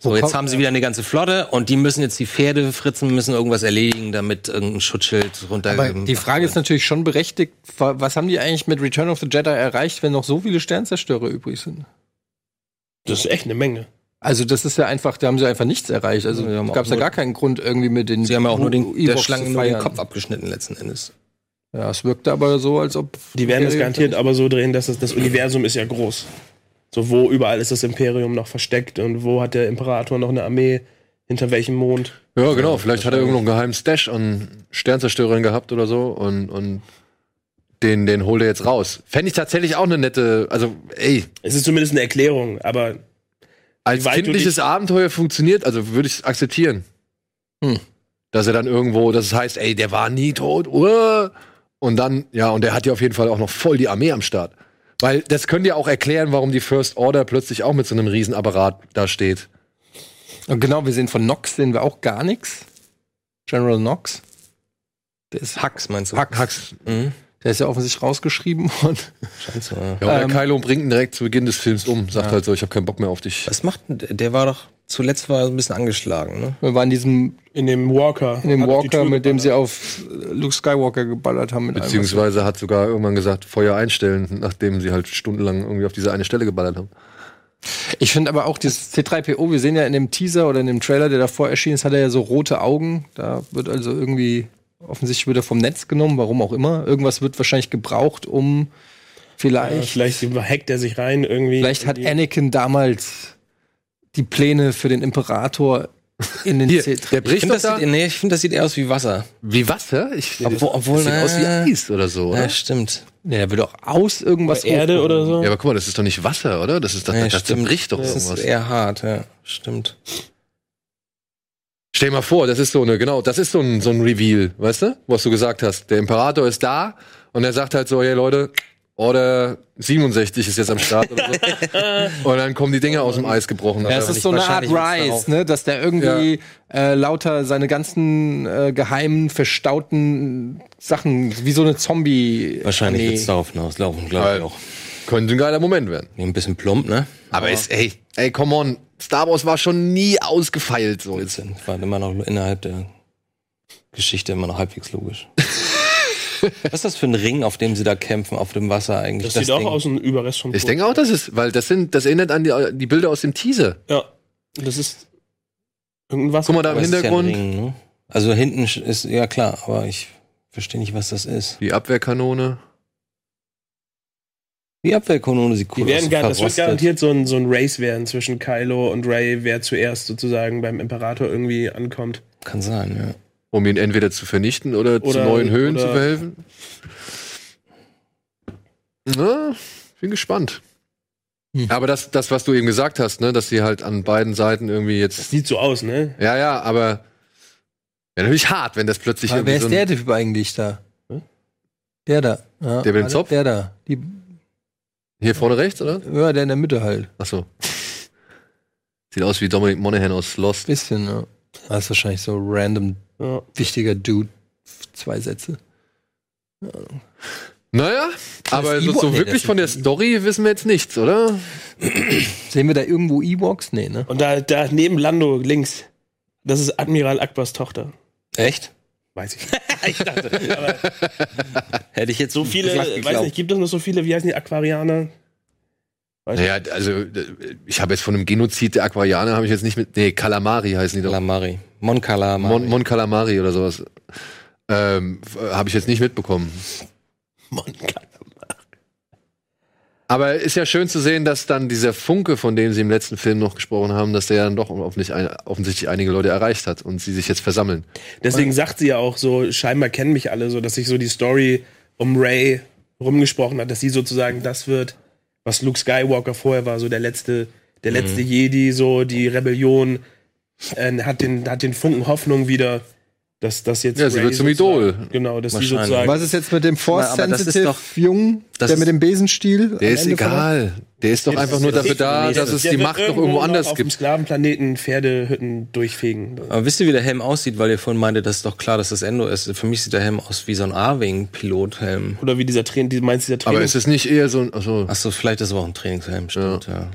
Speaker 3: So, jetzt haben sie wieder eine ganze Flotte und die müssen jetzt die Pferde fritzen, müssen irgendwas erledigen, damit irgendein Schutzschild
Speaker 4: Aber
Speaker 3: runtergeht.
Speaker 4: die Frage ist natürlich schon berechtigt, wa- was haben die eigentlich mit Return of the Jedi erreicht, wenn noch so viele Sternzerstörer übrig sind?
Speaker 2: Das ist echt eine Menge.
Speaker 4: Also das ist ja einfach, da haben sie einfach nichts erreicht. Also
Speaker 3: Ja, die haben
Speaker 4: gab es
Speaker 3: auch
Speaker 4: ja
Speaker 3: nur-
Speaker 4: gar keinen Grund irgendwie mit den
Speaker 3: Sie haben ja auch nur den, der
Speaker 4: Ewoks
Speaker 3: Schlange
Speaker 4: zu
Speaker 3: nur den
Speaker 4: feiern.
Speaker 3: Kopf abgeschnitten letzten Endes.
Speaker 4: Ja, es wirkte aber so, als ob
Speaker 2: Die werden das garantiert aber so drehen, dass das, das Universum ist ja groß. So, wo überall ist das Imperium noch versteckt und wo hat der Imperator noch eine Armee, hinter welchem Mond.
Speaker 1: Ja, genau. Vielleicht hat er irgendwo einen geheimen Stash an Sternzerstörern gehabt oder so und, und den, den holt er jetzt raus. Fände ich tatsächlich auch eine nette, also ey,
Speaker 2: Es ist zumindest eine Erklärung, aber
Speaker 1: als
Speaker 2: Wie weit du
Speaker 1: kindliches Abenteuer funktioniert, also würde ich es akzeptieren.
Speaker 4: Hm.
Speaker 1: Dass er dann irgendwo, dass es heißt, ey, der war nie tot. Uh, und dann, ja, und der hat ja auf jeden Fall auch noch voll die Armee am Start. Weil das könnte ja auch erklären, warum die First Order plötzlich auch mit so einem Riesenapparat da steht.
Speaker 4: Und genau, wir sehen von Nox sehen wir auch gar nichts. General Nox. Der ist Hux,
Speaker 3: meinst du? Mhm.
Speaker 4: Hux. Hux. Der ist ja offensichtlich rausgeschrieben worden.
Speaker 3: Scheiße. ja.
Speaker 1: Ja, oder
Speaker 4: Ähm.
Speaker 1: Kylo bringt ihn direkt zu Beginn des Films um. Sagt halt so, ich habe keinen Bock mehr auf dich.
Speaker 3: Was macht denn, der Der war doch, zuletzt war er ein bisschen angeschlagen, ne?
Speaker 4: Wir waren in diesem
Speaker 2: in dem Walker.
Speaker 4: in dem
Speaker 2: hat die
Speaker 4: Walker,
Speaker 2: Tür
Speaker 4: mit dem
Speaker 2: geballert.
Speaker 4: sie auf äh, Luke Skywalker geballert haben. Mit
Speaker 1: also
Speaker 4: allem, was-
Speaker 1: Beziehungsweise hat sogar irgendwann gesagt, Feuer einstellen, nachdem sie halt stundenlang irgendwie auf diese eine Stelle geballert haben.
Speaker 4: Ich finde aber auch dieses C3PO, wir sehen ja in dem Teaser oder in dem Trailer, der davor erschienen ist, hat er ja so rote Augen. Da wird also irgendwie, offensichtlich wird er vom Netz genommen, warum auch immer. Irgendwas wird wahrscheinlich gebraucht, um
Speaker 2: Ja,
Speaker 4: vielleicht,
Speaker 2: vielleicht hackt er sich rein irgendwie.
Speaker 4: vielleicht hat Anakin damals die Pläne für den Imperator in den
Speaker 1: Hier,
Speaker 4: C3.
Speaker 1: der
Speaker 3: Ich
Speaker 1: bricht
Speaker 3: finde,
Speaker 1: doch
Speaker 3: das,
Speaker 1: da.
Speaker 3: sieht- nee, ich find, das sieht eher aus wie Wasser.
Speaker 1: Wie Wasser? Ich,
Speaker 3: Obwohl- obwohl,
Speaker 1: das sieht aus wie
Speaker 3: äh,
Speaker 1: Eis oder so, oder?
Speaker 3: Ja, stimmt.
Speaker 4: Nee, der wird auch aus irgendwas.
Speaker 2: was Erde
Speaker 4: hoch-
Speaker 2: oder so.
Speaker 1: Ja, aber guck mal, das ist doch nicht Wasser, oder? Das ist das,
Speaker 3: Ja,
Speaker 1: das, das
Speaker 3: stimmt.
Speaker 1: zerbricht doch
Speaker 3: Das ist
Speaker 1: irgendwas.
Speaker 3: eher hart, ja. Stimmt.
Speaker 1: Stell dir mal vor, das ist so eine, genau, das ist so ein, so ein Reveal, weißt du? Was du gesagt hast. Der Imperator ist da und er sagt halt so, hey Leute, Order 67 ist jetzt am Start oder so. und dann kommen die Dinger aus dem Eis gebrochen.
Speaker 4: Ja, es ist so eine Art
Speaker 3: Wahrscheinlich wird's darauf-
Speaker 4: Rise, ne? dass der irgendwie äh, lauter seine ganzen äh, geheimen, verstauten Sachen, wie so eine Zombie.
Speaker 3: Wahrscheinlich
Speaker 4: Armee.
Speaker 3: wird's ne? darauf hinauslaufen, glaube
Speaker 1: Weil-
Speaker 2: Halt.
Speaker 3: ich auch.
Speaker 1: Könnte ein geiler Moment werden.
Speaker 3: Nee, Ein bisschen plump, ne?
Speaker 1: Aber ist, ey, ey, come on. Star Wars war schon nie ausgefeilt, so jetzt.
Speaker 3: War immer noch innerhalb der Geschichte immer noch halbwegs logisch. Was ist das für ein Ring, auf dem sie da kämpfen, auf dem Wasser eigentlich?
Speaker 2: Das, sieht auch
Speaker 3: Ding?
Speaker 2: aus einem Überrest vom
Speaker 1: Ich
Speaker 2: Tod.
Speaker 1: denke auch, das ist, weil das sind, das erinnert an die, die Bilder aus dem Teaser.
Speaker 2: Ja. Das ist irgendein Wasser.
Speaker 1: Guck mal da im
Speaker 3: Aber es ist ja ein
Speaker 1: Hintergrund,
Speaker 3: Ring, ne? Also hinten sch- ist, ja klar, aber ich verstehe nicht, was das ist.
Speaker 1: die Abwehrkanone.
Speaker 3: Die Abwehrkanone sieht cool
Speaker 2: Die werden
Speaker 3: aus.
Speaker 2: gar, das wird
Speaker 3: verrostet.
Speaker 2: garantiert so ein, so ein Race werden zwischen Kylo und Ray, wer zuerst sozusagen beim Imperator irgendwie ankommt.
Speaker 3: Kann sein, ja.
Speaker 1: Um ihn entweder zu vernichten oder, zu
Speaker 2: Oder-
Speaker 1: neuen Höhen
Speaker 2: oder-
Speaker 1: zu verhelfen. Na, bin gespannt.
Speaker 4: Hm.
Speaker 1: Aber das, das, was du eben gesagt hast, ne, dass sie halt an beiden Seiten irgendwie jetzt.
Speaker 2: Sieht so aus, ne?
Speaker 1: Ja, ja, aber. Wäre natürlich hart, wenn das plötzlich
Speaker 4: Aber
Speaker 1: irgendwie
Speaker 4: wer ist
Speaker 1: so ein, Hm?
Speaker 4: der Typ eigentlich da? Der da. Ja,
Speaker 1: Der mit dem
Speaker 4: alle-
Speaker 1: Zopf?
Speaker 4: Der da. Die,
Speaker 1: Hier vorne rechts, oder?
Speaker 4: ja, der in der Mitte halt.
Speaker 1: Achso. Sieht aus wie Dominic Monaghan aus Lost.
Speaker 4: Bisschen, ja. Das ist wahrscheinlich so random
Speaker 2: Ja.
Speaker 4: wichtiger Dude. Zwei Sätze.
Speaker 1: Naja, aber
Speaker 4: ist
Speaker 1: so,
Speaker 4: Ewok-
Speaker 1: so
Speaker 4: nee, das
Speaker 1: wirklich
Speaker 4: ist
Speaker 1: von der Story wissen wir jetzt nichts, oder?
Speaker 4: Sehen wir da irgendwo Ewoks? Nee, ne?
Speaker 2: Und da, da neben Lando links, das ist Admiral Akbars Tochter.
Speaker 3: Echt?
Speaker 2: Weiß ich nicht.
Speaker 3: Hätte ich jetzt so
Speaker 2: Viele, weiß nicht, gibt es noch so viele, wie heißen die Aquarianer?
Speaker 1: Naja, also äh, ich habe jetzt von einem Genozid der Aquarianer habe ich jetzt nicht mit. Nee, Kalamari heißen die doch.
Speaker 3: Calamari. Mon Calamari.
Speaker 1: Mon, Mon Calamari oder sowas. Ähm, f- äh, habe ich jetzt nicht mitbekommen. Aber ist ja schön zu sehen, dass dann dieser Funke, von dem sie im letzten Film noch gesprochen haben, dass der dann doch offensichtlich, ein, offensichtlich einige Leute erreicht hat und sie sich jetzt versammeln.
Speaker 2: Deswegen sagt sie ja auch so, scheinbar kennen mich alle so, dass sich so die Story um Ray rumgesprochen hat, dass sie sozusagen das wird, was Luke Skywalker vorher war, so der letzte, der letzte Jedi, so die Rebellion äh, hat, den, hat den Funken Hoffnung wieder, dass das jetzt
Speaker 1: Ja, sie
Speaker 2: Rey
Speaker 1: wird zum
Speaker 2: sozusagen-
Speaker 1: Idol.
Speaker 2: Genau, dass sie
Speaker 3: Wahrscheinlich.
Speaker 2: sozusagen
Speaker 4: Was ist jetzt mit dem Force
Speaker 3: Na, aber das ist
Speaker 4: Sensitive
Speaker 3: doch-
Speaker 4: Jungen,
Speaker 3: das
Speaker 4: der
Speaker 3: ist-
Speaker 4: mit dem Besenstiel?
Speaker 1: Der ist egal. Der ist doch einfach nur dafür da, dass es
Speaker 2: Der
Speaker 1: die
Speaker 2: wird
Speaker 1: Macht noch irgendwo anders
Speaker 2: auf dem
Speaker 1: gibt.
Speaker 2: Sklavenplaneten Pferdehütten durchfegen.
Speaker 3: Aber wisst ihr, wie der Helm aussieht? Weil ihr vorhin meintet, das ist doch klar, dass das Endo ist. Für mich sieht der Helm aus wie so ein A-Wing-Pilothelm.
Speaker 2: Oder wie dieser Train, die meinst du dieser Train?
Speaker 1: Aber ist es nicht eher so ein. Achso.
Speaker 3: Achso, vielleicht ist es aber auch ein Trainingshelm, stimmt, ja.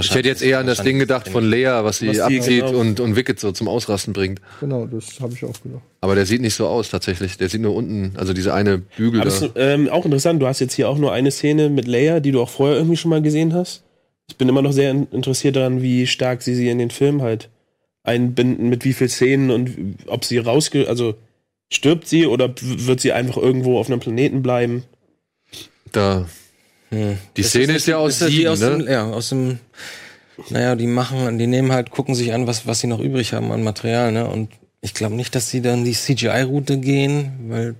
Speaker 1: Ich hätte jetzt eher an das Ding gedacht von Lea, was sie
Speaker 2: Was die-
Speaker 1: abzieht
Speaker 2: genau.
Speaker 1: und, und Wicked so zum Ausrasten bringt.
Speaker 4: Genau, das habe ich auch gedacht.
Speaker 1: Aber der sieht nicht so aus tatsächlich. Der sieht nur unten, also diese eine Bügel
Speaker 2: Aber
Speaker 1: da.
Speaker 2: ist, ähm, auch interessant, du hast jetzt hier auch nur eine Szene mit Leia, die du auch vorher irgendwie schon mal gesehen hast. Ich bin immer noch sehr in- interessiert daran, wie stark sie sie in den Film halt einbinden, mit wie viel Szenen und ob sie rausge... Also stirbt sie oder w- wird sie einfach irgendwo auf einem Planeten bleiben?
Speaker 1: da. Die Szene ist, ja aus
Speaker 3: die
Speaker 1: sieben,
Speaker 3: aus
Speaker 1: ne?
Speaker 3: dem, ja, aus dem, naja, die machen, die nehmen halt, gucken sich an, was, was sie noch übrig haben an Material, ne? Und ich glaube nicht, dass sie dann die CGI-Route gehen, weil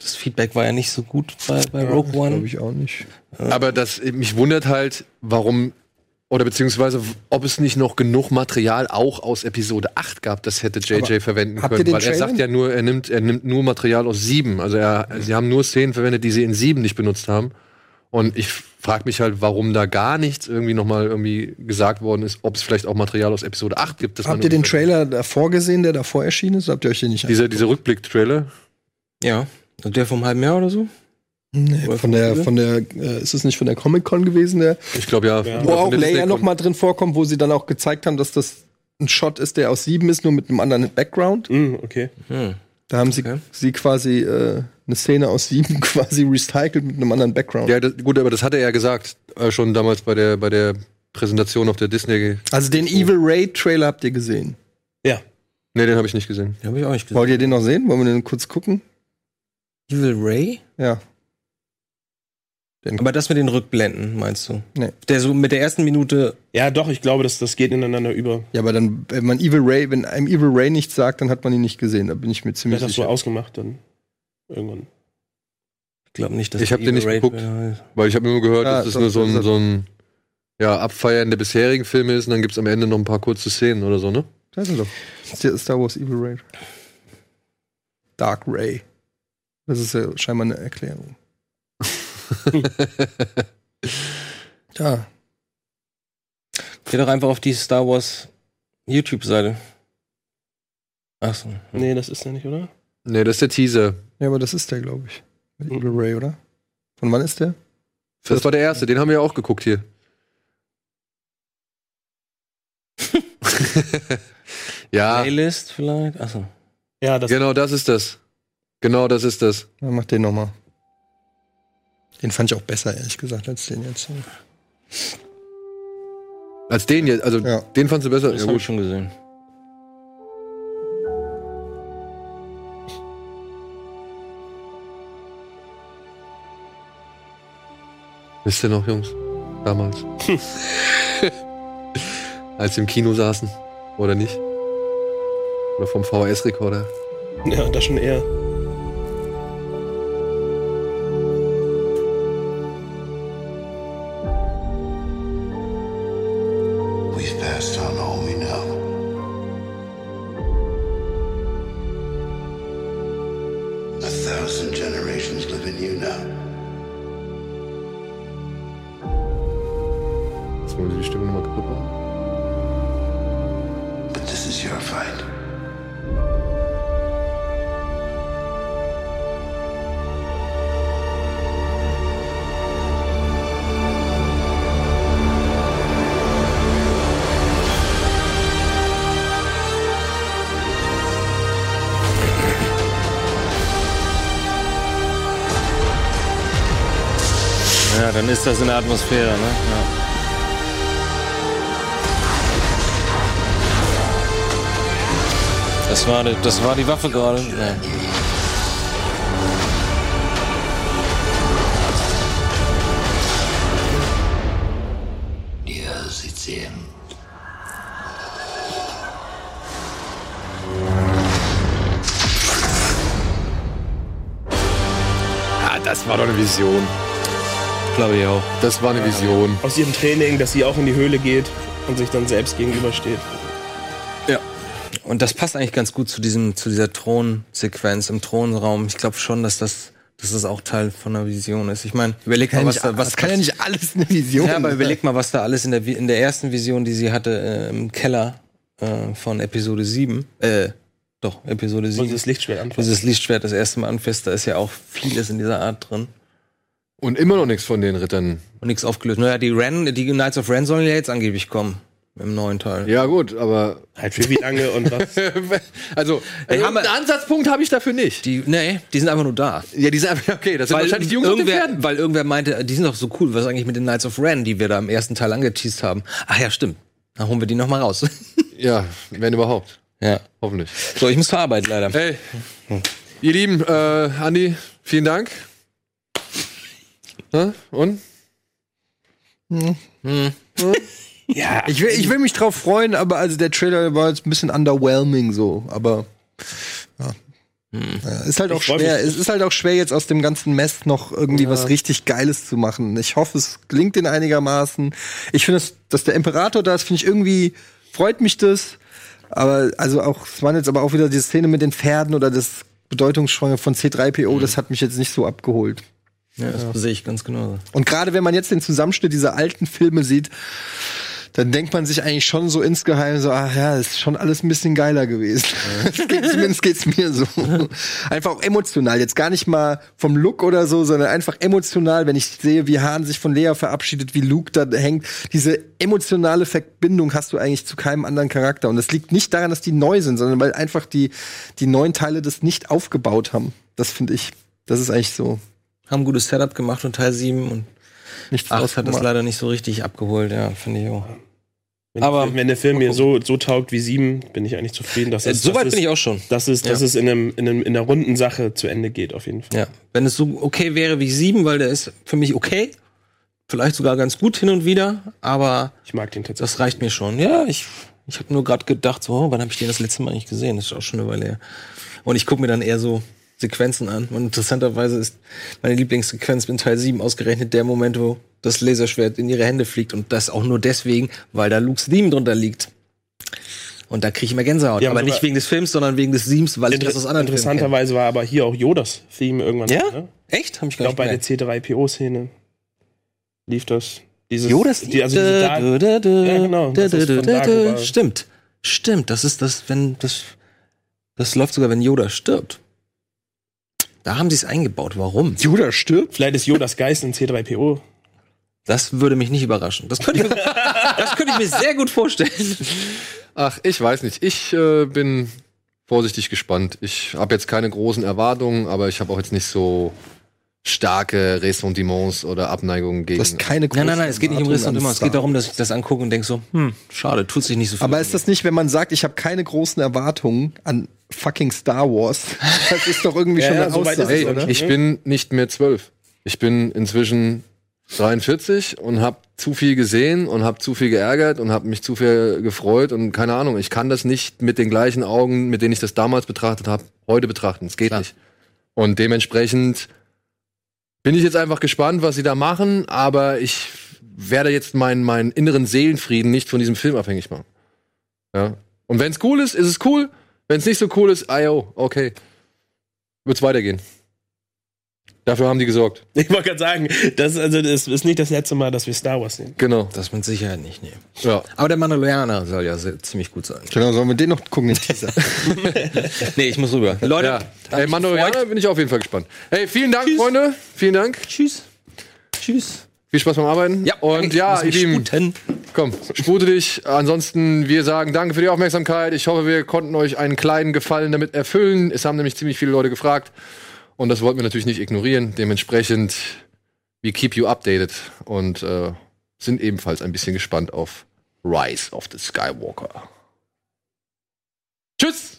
Speaker 3: das Feedback war ja nicht so gut bei, bei Rogue
Speaker 4: Glaube
Speaker 3: One.
Speaker 4: ich auch nicht.
Speaker 1: Aber das, mich wundert halt, warum, oder beziehungsweise, ob es nicht noch genug Material auch aus Episode 8 gab, das hätte JJ verwenden
Speaker 4: habt
Speaker 1: können.
Speaker 4: ihr den
Speaker 1: Weil er
Speaker 4: Trailer?
Speaker 1: sagt ja nur, er nimmt, er nimmt nur Material aus 7. Also er, sie haben nur Szenen verwendet, die sie in 7 nicht benutzt haben. Und ich frage mich halt, warum da gar nichts irgendwie nochmal irgendwie gesagt worden ist, ob es vielleicht auch Material aus Episode 8 gibt. das man
Speaker 4: Habt ihr den
Speaker 1: irgendwie-
Speaker 4: Trailer davor gesehen, der davor erschienen ist? Habt ihr euch den nicht
Speaker 1: Dieser, dieser Rückblick-Trailer?
Speaker 3: Ja. Und der vom halben Jahr oder so?
Speaker 4: Nee, von der, von der, äh, ist es nicht von der Comic-Con gewesen, der,
Speaker 1: Ich glaube ja.
Speaker 4: wo
Speaker 1: Oder von
Speaker 4: auch
Speaker 1: der
Speaker 4: Leia
Speaker 1: Disney-
Speaker 4: nochmal drin vorkommt, wo sie dann auch gezeigt haben, dass das ein Shot ist, der aus sieben ist, nur mit einem anderen Background.
Speaker 2: Hm, okay.
Speaker 4: Da haben sie,
Speaker 3: Okay.
Speaker 4: sie quasi äh, eine Szene aus sieben quasi recycelt mit einem anderen Background.
Speaker 1: Ja, das, gut, aber das hatte er ja gesagt, äh, schon damals bei der, bei der Präsentation auf der Disney.
Speaker 4: Also den Evil Ray Trailer habt ihr gesehen.
Speaker 2: Ja.
Speaker 1: Nee, den habe ich nicht gesehen.
Speaker 3: Den habe ich auch nicht gesehen.
Speaker 4: Wollt ihr den noch sehen? Wollen wir den kurz gucken?
Speaker 3: Evil Ray?
Speaker 4: Ja.
Speaker 3: Aber das mit den Rückblenden, meinst du?
Speaker 4: Nee.
Speaker 3: Der so mit der ersten Minute
Speaker 2: Ja, doch, ich glaube, das, das geht ineinander über.
Speaker 4: Ja, aber dann, wenn man Evil Ray, wenn einem Evil Ray nichts sagt, dann hat man ihn nicht gesehen. Da bin ich mir ziemlich
Speaker 2: Vielleicht hast du
Speaker 4: sicher.
Speaker 2: ausgemacht dann irgendwann.
Speaker 3: Ich glaube nicht, dass
Speaker 1: Ich hab
Speaker 3: Evil
Speaker 1: den nicht
Speaker 3: Raid-
Speaker 1: geguckt.
Speaker 3: äh,
Speaker 1: Weil ich habe nur gehört,
Speaker 4: Ah,
Speaker 1: dass es
Speaker 4: doch,
Speaker 1: nur so ein,
Speaker 4: das-
Speaker 1: so ein ja, Abfeiern der bisherigen Filme ist und dann gibt es am Ende noch ein paar kurze Szenen oder so, ne?
Speaker 4: Da ist er doch. Star- Star Wars Evil Ray. Dark Ray. Das ist ja scheinbar eine Erklärung. ja.
Speaker 3: Geh doch einfach auf die Star Wars YouTube-Seite. Achso.
Speaker 2: Nee, das ist ja nicht, oder?
Speaker 1: Nee, das ist der Teaser.
Speaker 4: ja, aber das ist der, glaube ich. Mit Evil Ray, oder? Von wann ist der?
Speaker 1: Das war der erste, den haben wir ja auch geguckt hier. ja,
Speaker 3: Playlist vielleicht? Achso.
Speaker 2: Ja, das
Speaker 1: genau das ist das. Genau das ist das.
Speaker 4: Dann mach den nochmal. Den fand ich auch besser, ehrlich gesagt, als den jetzt.
Speaker 1: Als den jetzt, also
Speaker 4: Ja.
Speaker 1: den fandst du besser. Ja,
Speaker 3: Das habe
Speaker 1: gut.
Speaker 3: ich schon gesehen.
Speaker 1: Wisst ihr noch, Jungs? Damals. Als wir im Kino saßen. Oder nicht? Oder vom VHS-Rekorder.
Speaker 2: Ja, das schon eher.
Speaker 7: We've passed on all we know. A thousand generations live in you now.
Speaker 1: Jetzt wollen wir die Stimme nochmal kaputt machen.
Speaker 7: But this is your fight.
Speaker 3: Ja, dann ist das in der Atmosphäre, ne? Ja. Das war, die- das war die Waffe gerade. Ja.
Speaker 7: Years its end.
Speaker 1: Ah, das war doch eine Vision.
Speaker 3: Glaube ich auch.
Speaker 1: Das war eine Vision.
Speaker 2: Aus ihrem Training, dass sie auch in die Höhle geht und sich dann selbst gegenübersteht.
Speaker 3: Und das passt eigentlich ganz gut zu diesem, zu dieser Thronsequenz im Thronraum. Ich glaube schon, dass das, dass das auch Teil von einer Vision ist. Ich meine, überleg mal, was da, was
Speaker 4: das kann ja nicht alles eine Vision
Speaker 3: Ja, aber überleg mal, was da alles in der, Vi- in der ersten Vision, die sie hatte, äh, im Keller äh, von Episode 7, äh, doch, Episode
Speaker 2: Und
Speaker 3: 7,
Speaker 2: das Lichtschwert
Speaker 3: wo
Speaker 2: anfasst.
Speaker 3: sie das Lichtschwert das erste Mal anfasst, da ist ja auch vieles in dieser Art drin.
Speaker 1: Und immer noch nichts von den Rittern.
Speaker 3: Und nichts aufgelöst. Naja, die Ren, die Knights of Ren sollen ja jetzt angeblich kommen. Im neuen Teil.
Speaker 1: Ja, gut, aber.
Speaker 2: Halt für wie lange und was.
Speaker 1: also, einen
Speaker 3: haben wir-
Speaker 1: Ansatzpunkt habe ich dafür nicht.
Speaker 3: Die, nee, die sind einfach nur da.
Speaker 1: Ja, diese. Okay, das sind wahrscheinlich die Jungs auf den
Speaker 3: irgendwer,
Speaker 1: Pferden.
Speaker 3: weil irgendwer meinte, die sind doch so cool, was ist eigentlich mit den Knights of Ren, die wir da im ersten Teil angeteased haben. Ach ja, stimmt. Dann holen wir die nochmal raus.
Speaker 1: Ja, wenn überhaupt.
Speaker 3: ja.
Speaker 1: Hoffentlich.
Speaker 3: So, ich muss zur Arbeit leider.
Speaker 1: Hey, ihr Lieben, äh, Andi, vielen Dank. Na, und?
Speaker 4: Ich will, ich will mich drauf freuen, aber also der Trailer war jetzt ein bisschen underwhelming so, aber ja.
Speaker 3: Hm.
Speaker 4: Ja, Ist halt auch
Speaker 2: freu
Speaker 4: schwer.
Speaker 2: mich.
Speaker 4: Es ist halt auch schwer, jetzt aus dem ganzen Mess noch irgendwie was richtig Geiles zu machen. Ich hoffe, es klingt in einigermaßen. Ich finde, dass, dass der Imperator da ist, finde ich irgendwie, freut mich das. Aber also auch, es waren jetzt aber auch wieder die Szene mit den Pferden oder das Bedeutungsschwange von C3PO,
Speaker 3: Hm.
Speaker 4: das hat mich jetzt nicht so abgeholt.
Speaker 3: Ja, das sehe ich ganz genau.
Speaker 4: Und gerade wenn man jetzt den Zusammenschnitt dieser alten Filme sieht, dann denkt man sich eigentlich schon so insgeheim so, ach ja, ist schon alles ein bisschen geiler gewesen. Das geht, zumindest geht's mir so. Einfach auch emotional, jetzt gar nicht mal vom Look oder so, sondern einfach emotional, wenn ich sehe, wie Han sich von Leia verabschiedet, wie Luke da hängt. Diese emotionale Verbindung hast du eigentlich zu keinem anderen Charakter. Und das liegt nicht daran, dass die neu sind, sondern weil einfach die, die neuen Teile das nicht aufgebaut haben. Das finde ich. Das ist eigentlich so.
Speaker 3: Haben ein gutes Setup gemacht und Teil 7 und
Speaker 4: Nichts
Speaker 3: 8 hat das
Speaker 4: ausgemacht.
Speaker 3: leider nicht so richtig abgeholgt, ja, finde ich auch.
Speaker 2: Wenn,
Speaker 3: Aber-
Speaker 2: wenn der Film mir so, so taugt wie sieben, bin ich eigentlich zufrieden, dass
Speaker 3: Äh,
Speaker 2: es,
Speaker 3: Soweit
Speaker 2: dass
Speaker 3: bin ich
Speaker 2: es,
Speaker 3: auch schon.
Speaker 2: dass es, dass es in, einem, in, einem, in einer runden Sache zu Ende geht, auf jeden Fall.
Speaker 3: Ja. Wenn es so okay wäre wie 7, weil der ist für mich okay. Vielleicht sogar ganz gut hin und wieder, aber
Speaker 2: Ich mag den tatsächlich.
Speaker 3: das reicht mir schon. Ja, ich, ich habe nur gerade gedacht, so, oh, wann habe ich den das letzte Mal nicht gesehen? Das ist auch schon eine Weile her. Und ich gucke mir dann eher so Sequenzen an. Und interessanterweise ist meine Lieblingssequenz in Teil 7 ausgerechnet der Moment, wo das Laserschwert in ihre Hände fliegt. Und das auch nur deswegen, weil da Luke's Theme drunter liegt. Und da kriege ich immer Gänsehaut.
Speaker 2: Ja, aber
Speaker 3: aber nicht
Speaker 2: sogar-
Speaker 3: wegen des Films, sondern wegen des Themes, weil ich das aus anderen Filmen kenne.
Speaker 2: Interessanterweise war aber hier auch Yodas Theme irgendwann.
Speaker 3: Ja?
Speaker 2: ne?
Speaker 3: Echt? Hab ich
Speaker 2: Ich
Speaker 3: gar
Speaker 2: glaube,
Speaker 3: nicht
Speaker 2: bei der
Speaker 3: gemerkt.
Speaker 2: C3PO-Szene lief das. Dieses,
Speaker 3: Jodas
Speaker 2: die, also diese Dar-
Speaker 3: Dö, dö, dö,
Speaker 2: Ja, genau,
Speaker 3: dö,
Speaker 2: das ist
Speaker 3: dö,
Speaker 2: von
Speaker 3: dö,
Speaker 2: Dagobah.
Speaker 3: dö. Stimmt. Stimmt, das ist das, wenn das das läuft sogar, wenn Yoda stirbt. Da haben sie es eingebaut. Warum?
Speaker 4: Judas stirbt?
Speaker 2: Vielleicht ist Yodas Geist in C3PO.
Speaker 3: Das würde mich nicht überraschen. Das könnte ich mir, das könnte ich mir sehr gut vorstellen.
Speaker 1: Ach, ich weiß nicht. Ich äh, bin vorsichtig gespannt. Ich habe jetzt keine großen Erwartungen, aber ich habe auch jetzt nicht so starke Ressentiments oder Abneigungen gegen.
Speaker 4: Das ist keine große
Speaker 3: Nein, nein, nein, es geht nicht um Riss und
Speaker 4: Erwartung
Speaker 3: immer.
Speaker 4: an
Speaker 3: Es geht
Speaker 4: Star.
Speaker 3: darum, dass ich das angucke und denke so, hm, schade, tut sich nicht so viel.
Speaker 4: Aber ist das nicht, wenn man sagt, ich habe keine großen Erwartungen an fucking Star Wars? Das ist doch irgendwie
Speaker 2: Ja,
Speaker 4: schon
Speaker 2: ja,
Speaker 4: eine
Speaker 2: so weit ist es
Speaker 4: Aussage,
Speaker 1: Hey,
Speaker 2: oder?
Speaker 4: oder?
Speaker 1: ich bin nicht mehr zwölf. Ich bin inzwischen 43 und habe zu viel gesehen und habe zu viel geärgert und habe mich zu viel gefreut und keine Ahnung, ich kann das nicht mit den gleichen Augen, mit denen ich das damals betrachtet habe, heute betrachten. Es geht nicht. Und dementsprechend bin ich jetzt einfach gespannt, was sie da machen, aber ich werde jetzt meinen, meinen inneren Seelenfrieden nicht von diesem Film abhängig machen. Ja. Und wenn es cool ist, ist es cool. Wenn es nicht so cool ist, ah, jo, okay. Wird's weitergehen. Dafür haben die gesorgt.
Speaker 2: Ich wollte gerade sagen, das, also, das ist nicht das letzte Mal, dass wir Star Wars sehen.
Speaker 1: Genau.
Speaker 3: Das mit Sicherheit nicht, nee.
Speaker 1: Ja.
Speaker 3: Aber der Mandalorianer soll ja sehr, ziemlich gut sein.
Speaker 11: Genau, sollen wir den noch gucken, den Teaser?
Speaker 3: Nee, ich muss rüber.
Speaker 1: Leute, ja. Ey, Mandalorianer bin ich auf jeden Fall gespannt. Hey, vielen Dank, Freunde. Vielen Dank.
Speaker 3: Tschüss. Tschüss.
Speaker 1: Viel Spaß beim Arbeiten.
Speaker 3: Ja,
Speaker 1: und ja, ihr
Speaker 3: ich
Speaker 1: Lieben, komm, spute dich. Ansonsten, wir sagen danke für die Aufmerksamkeit. Ich hoffe, wir konnten euch einen kleinen Gefallen damit erfüllen. Es haben nämlich ziemlich viele Leute gefragt. Und das wollten wir natürlich nicht ignorieren. Dementsprechend, wir keep you updated und äh, sind ebenfalls ein bisschen gespannt auf Rise of the Skywalker. Tschüss!